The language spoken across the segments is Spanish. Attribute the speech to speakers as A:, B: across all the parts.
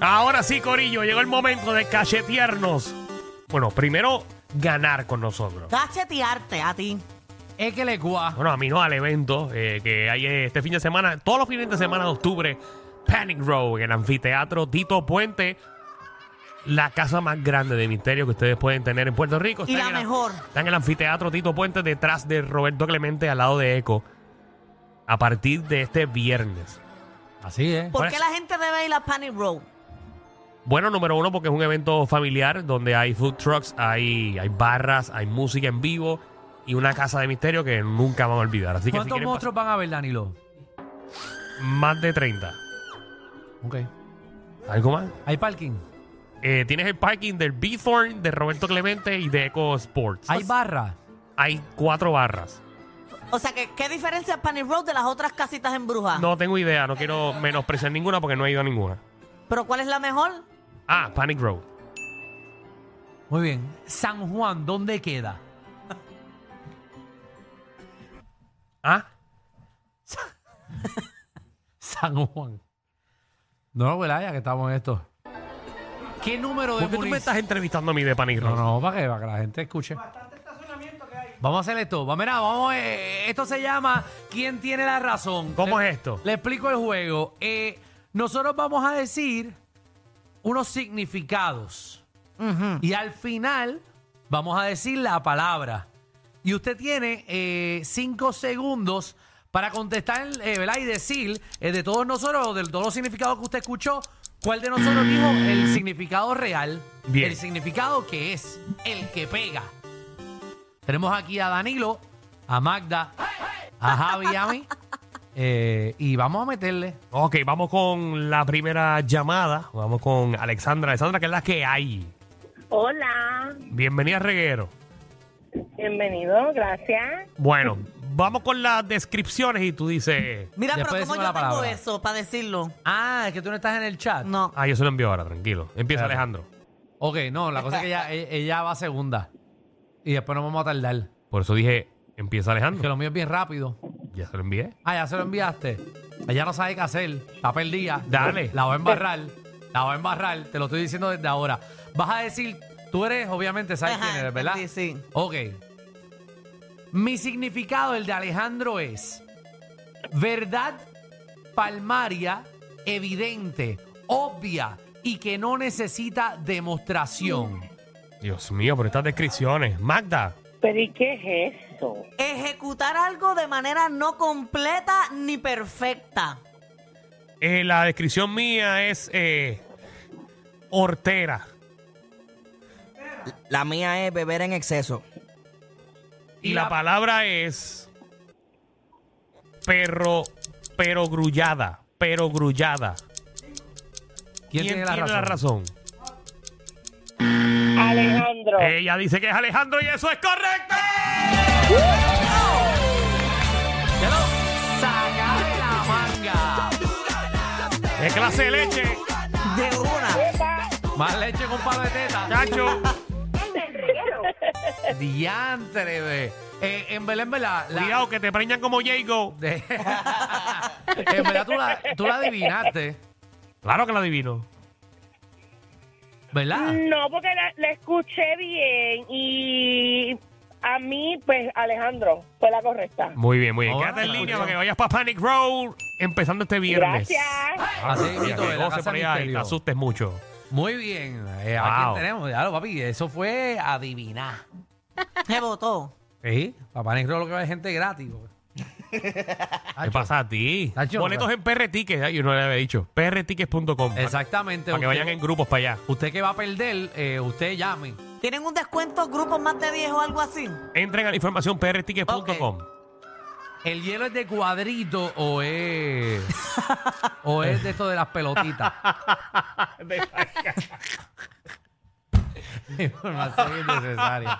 A: Ahora sí, Corillo, llegó el momento de cachetearnos. Bueno, primero ganar con nosotros.
B: Cachetearte a ti.
C: Es que le
B: Ah.
C: guá.
A: Bueno, a mí no al evento eh, que hay eh, este fin de semana, todos los fines de semana de octubre, Panic Row en el anfiteatro Tito Puente, la casa más grande de misterio que ustedes pueden tener en Puerto Rico.
B: Y
A: Está
B: la
A: en el-
B: mejor.
A: Está en el anfiteatro Tito Puente detrás de Roberto Clemente al lado de Eco a partir de este viernes.
C: Así es.
B: ¿Por
A: Bueno,
B: qué la gente debe ir a Panic Row?
A: Bueno, número uno, porque es un evento familiar donde hay food trucks, hay, hay barras, hay música en vivo y una casa de misterio que nunca vamos a olvidar. Así que si
C: ¿Cuántos
A: quieren
C: monstruos van a ver, Danilo?
A: pas- más de 30.
C: Ok.
A: ¿Algo más?
C: ¿Hay parking?
A: Eh, tienes el parking del Bithorn, de Roberto Clemente y de Eco Sports.
C: ¿Hay barra?
A: Hay cuatro barras.
B: O sea, que, ¿qué diferencia es Panic Row de las otras casitas en Brujas?
A: No tengo idea, no quiero menospreciar ninguna porque no he ido a ninguna.
B: ¿Pero cuál es la mejor?
A: Ah, Panic Road.
C: Muy bien. San Juan, ¿dónde queda?
A: Ah,
C: San Juan. No, Welaya, que estamos en esto. ¿Qué número de
A: ¿por qué tú me
C: municipios?
A: estás entrevistando a mí de Panic Road?
C: No, no, para que, para que la gente escuche. Vamos a hacer esto. Va, mira, vamos. eh, esto se llama ¿Quién tiene la razón?
A: ¿Cómo
C: Le-
A: es esto?
C: Le explico el juego. Eh, nosotros vamos a decir unos significados. Y al final vamos a decir la palabra. Y usted tiene eh, cinco segundos para contestar, eh, ¿verdad? Y decir eh, de todos nosotros, de todos los significados que usted escuchó, cuál de nosotros dijo el significado real.
A: Bien.
C: El significado que es el que pega. Tenemos aquí a Danilo, a Magda, a Javi y a mí. Eh, y vamos a meterle.
A: Ok, vamos con la primera llamada. Vamos con Alexandra. Alexandra, que es la que hay.
D: Hola,
A: Bienvenida, Reguero.
D: bienvenido, gracias.
A: Bueno, vamos con las descripciones y tú dices...
B: Mira,
C: Después
B: pero ¿cómo yo
C: decimos
B: tengo
C: la palabra.
B: eso para decirlo?
C: Ah, es que tú no estás en el chat.
B: No.
A: Ah, yo se lo envío ahora, tranquilo. Empieza
C: Claro.
A: Alejandro.
C: Ok, no, la cosa es que ella, e- ella va segunda. Y después nos vamos a tardar.
A: Por eso dije, empieza
C: Que
A: Alejandro.
C: lo mío es bien rápido.
A: Ya se lo envié.
C: Ah, ya se lo enviaste. Ella no sabe qué hacer. Está perdida.
A: Dale.
C: La va a embarrar. La va a embarrar. Te lo estoy diciendo desde ahora. Vas a decir, tú eres, obviamente, sabes
B: Ajá,
C: quién eres, ¿verdad?
B: entendí, sí.
C: Ok. Mi significado, el de Alejandro, es verdad palmaria, evidente, obvia y que no necesita
B: Mm.
C: demostración.
A: Dios mío, por estas descripciones. Magda.
D: Pero ¿y qué es eso?
B: Ejecutar algo de manera no completa ni perfecta.
A: Eh, la descripción mía es eh, hortera.
E: La mía es beber en exceso.
A: Y la palabra es perro, pero grullada, pero grullada. ¿Quién, tiene la razón? Mm,
D: Alejandro.
A: Ella dice que es Alejandro y eso es correcto.
C: ¡Ya lo saca de la manga!
A: Es clase de leche,
B: De una.
C: Más leche con palo de teta.
A: chacho.
C: Diantre, ve. Eh, en verdad, en verdad, la-
A: Cuidado que te preñan como Jago.
C: de- en verdad, tú la, tú la adivinaste,
A: Claro que la adivino.
C: ¿verdad?
D: No, porque la, la escuché bien y a mí, pues Alejandro, fue la correcta.
A: Muy bien, muy bien.
C: Ahora
A: Quédate en
C: la
A: línea
C: escuchamos.
A: para que vayas para Panic Row empezando este viernes.
D: Gracias.
C: Así
A: Mira,
C: mismito,
A: que
C: de la
A: goce
C: casa
A: por allá y te
C: misterio.
A: asustes mucho.
C: Muy bien. Eh, ¿A
A: Wow.
C: quién tenemos? Ya lo, papi, eso fue adivinar.
B: Se votó.
C: ¿Sí? Papá Negro lo que va es gente gratis. güey.
A: ¿Qué
C: Tacho.
A: pasa a ti?
C: Tacho,
A: Boletos en PR Tickets. Ay, yo no le había dicho. prtickets.com.
C: Exactamente.
A: Para que
C: usted-
A: vayan en grupos para allá.
C: Usted que va a perder, eh, usted llame.
B: ¿Tienen un descuento grupos más de 10 o algo así?
A: Entren a la información prtickets.com.
C: ¿El hielo es de cuadrito o es. o es de esto de las pelotitas? Información innecesaria.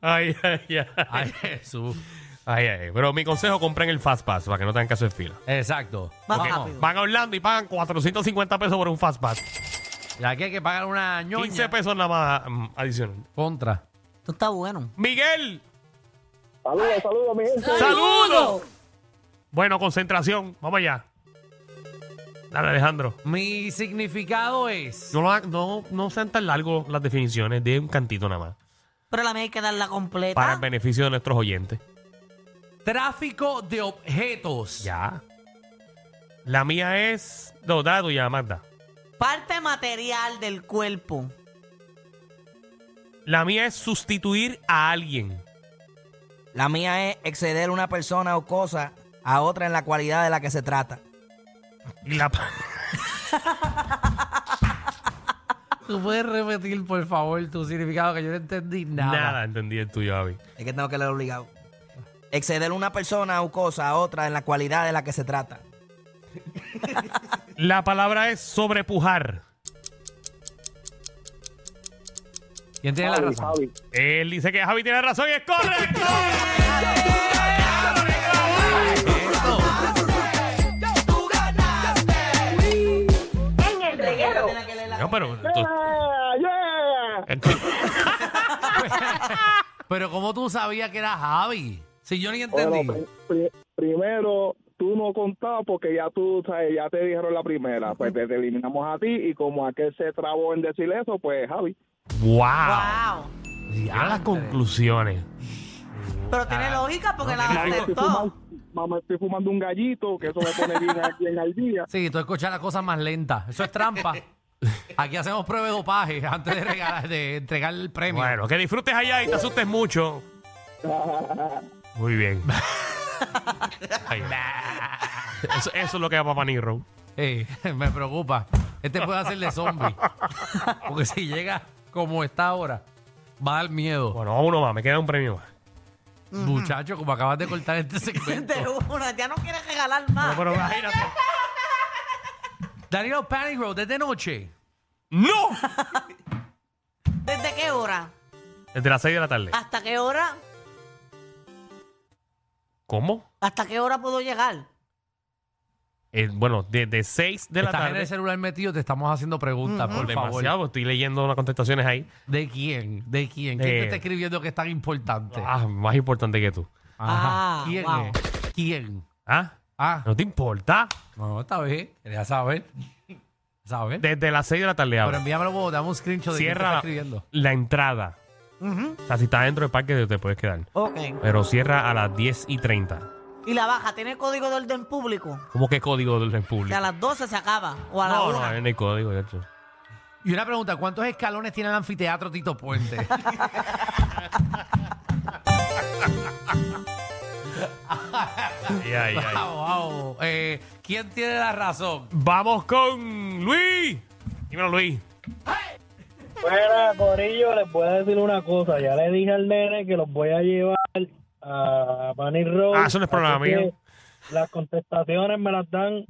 A: Ay, ay, ay.
C: Ay, Jesús.
A: Ay, ay. Pero mi consejo, compren el Fast Pass para que no tengan que hacer fila.
C: Exacto.
B: Más
C: Vamos.
B: rápido.
A: Van a Orlando y pagan 450 pesos por un Fast Pass.
C: Y aquí hay que pagar una ñoña.
A: 15 pesos nada más mm, adicional.
C: Contra.
B: Esto está bueno.
A: Miguel,
D: Saludos, saludos, mi gente.
A: saludos. Bueno, concentración. Vamos allá. Dale, Alejandro.
C: Mi significado es.
A: No, lo ha- no, no sean tan largos las definiciones, de un cantito nada más.
B: Pero la mía hay que darla completa.
A: Para el beneficio de nuestros oyentes.
C: Tráfico de objetos.
A: Ya. La mía es. No, dale tuya, Magda.
B: Parte material del cuerpo.
A: La mía es sustituir a alguien.
E: La mía es exceder una persona o cosa a otra en la cualidad de la que se trata.
A: Y la, pa-
C: ¿Tú puedes repetir, por favor, tu significado? Que yo no entendí nada.
A: nada, entendí el tuyo, Javi.
E: Es que tengo que leer obligado. Exceder una persona o cosa a otra en la cualidad de la que se trata.
A: La palabra es sobrepujar.
C: ¿Quién tiene la razón?
A: Él dice que Javi tiene razón y es correcto.
D: En el reguero.
A: No, pero. tú-
D: Yeah, Ah, yeah.
C: Pero ¿cómo tú sabías que era Javi? Si yo ni entendí.
B: pues,
F: Bueno, pri- pri- primero, tú no contabas porque ya tú sabes, ya te dijeron la primera. Pues te, te eliminamos a ti y como aquel se trabó en decir eso, pues Javi.
A: ¡Wow!
B: Wow.
A: Ya las conclusiones.
B: Pero tiene lógica porque la
F: Mamá, estoy fumando,
B: aceptó.
F: mamá, estoy fumando un gallito, que eso me pone bien, bien al día.
C: Sí, tú escuchas las cosas más lentas. Eso es trampa. Aquí hacemos prueba de dopaje antes de, regalar- de entregar el premio.
A: Bueno, que disfrutes allá y te asustes mucho. Muy bien. Ahí va. eso, eso es lo que da Papá Niro.
C: Ey, me preocupa. Este puede hacerle zombie. Porque si llega como está ahora, va a dar miedo.
A: Bueno, uno más, me queda un premio más.
C: Muchacho, como acabas de cortar este segmento.
B: De una, ya no quiere regalar más.
A: No, pero imagínate.
C: Danilo Panic Road, desde noche.
A: ¡No!
B: ¿Desde qué hora?
A: Desde las 6 de la tarde.
B: ¿Hasta qué hora?
A: ¿Cómo?
B: ¿Hasta qué hora puedo llegar?
A: Eh, bueno, desde 6 de la
C: Estás en el
A: tarde.
C: celular metido, te estamos haciendo preguntas, por favor.
A: Demasiado, estoy leyendo las contestaciones ahí.
C: ¿De quién? ¿De quién? ¿Quién
A: Eh.
C: te está escribiendo que es tan importante?
A: Ah, más importante que tú.
B: Ah,
C: ¿Quién
B: wow.
C: es? ¿Quién?
A: ¿Ah?
C: Ah,
A: ¿No te importa?
C: no, está bien. Quería saber. ¿Sabes?
A: Desde las 6 de la tarde
C: Pero
A: ahora.
C: envíamelo, vos, dame un screenshot de quién te está
A: Cierra
C: escribiendo.
A: la entrada.
B: Ujú.
A: O sea, si estás dentro del parque te puedes quedar.
B: Ok.
A: Pero cierra a las 10 y 30.
B: ¿Y la baja tiene código de orden público?
A: ¿Cómo que código del orden
B: O
A: público?
B: sea, a las 12 se acaba. O a la
A: no, eh. no,
B: una.
A: ahí no hay código. ya tú.
C: Y una pregunta, ¿cuántos escalones tiene el anfiteatro Tito Puente?
A: Ay, ay, ay.
C: Wow, wow. Eh, ¿Quién tiene la razón?
A: Vamos con Luis. Dímelo, Luis.
G: Bueno, Corillo, les voy a decir una cosa. Ya le dije al nene que los voy a llevar a Bunny Road.
A: Ah, eso no es problema
G: Así que
A: mío.
G: Las contestaciones me las dan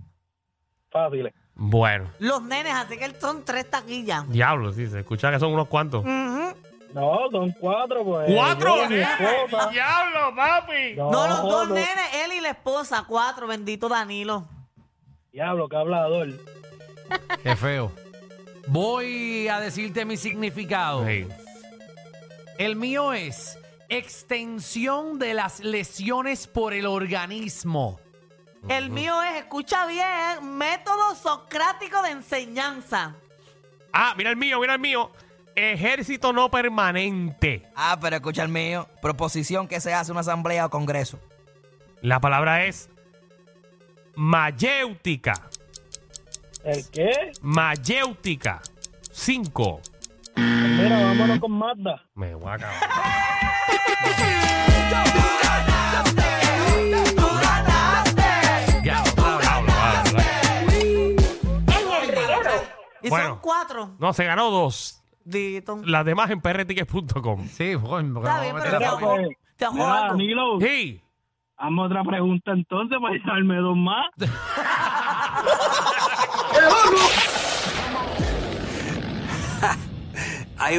G: fáciles.
A: Bueno,
B: Los nenes, así que son tres taquillas.
A: diablo, sí, se escucha que son unos cuantos.
B: Ujú.
G: No, son cuatro, pues.
A: ¡Cuatro,
G: Yo, mi
A: nene!
G: esposa.
A: ¡Diablo, papi!
B: No, los dos
G: no.
B: nenes, él y la esposa, cuatro, bendito Danilo.
G: Diablo, qué hablador.
C: Qué feo. Voy a decirte mi significado.
A: Sí.
C: El mío es extensión de las lesiones por el organismo.
B: El mío es, escucha bien, método socrático de enseñanza.
A: Ah, mira el mío, mira el mío. Ejército no permanente.
E: Ah, pero escucha el mío. Proposición que se hace una asamblea o congreso.
A: La palabra es mayéutica.
G: ¿El qué?
A: Mayéutica. Cinco.
G: Mira, vámonos con Mazda.
A: Me voy a acabar.
C: Ya, otra vez.
A: Diablo, diablo, diablo.
B: Y son
A: Bueno.
B: cuatro.
A: No, se ganó dos.
B: Dito.
A: Las demás en prtickets.com.
C: Sí, joder, porque
B: Está bien,
C: no vamos a
B: pero
C: meter
B: te
C: la
G: Mira,
B: ahogó.
C: pata.
G: pues,
B: Te ahogó
G: mira,
B: algo.
G: Danilo,
A: Sí.
G: hazme otra pregunta entonces para echarme dos más.
H: Hay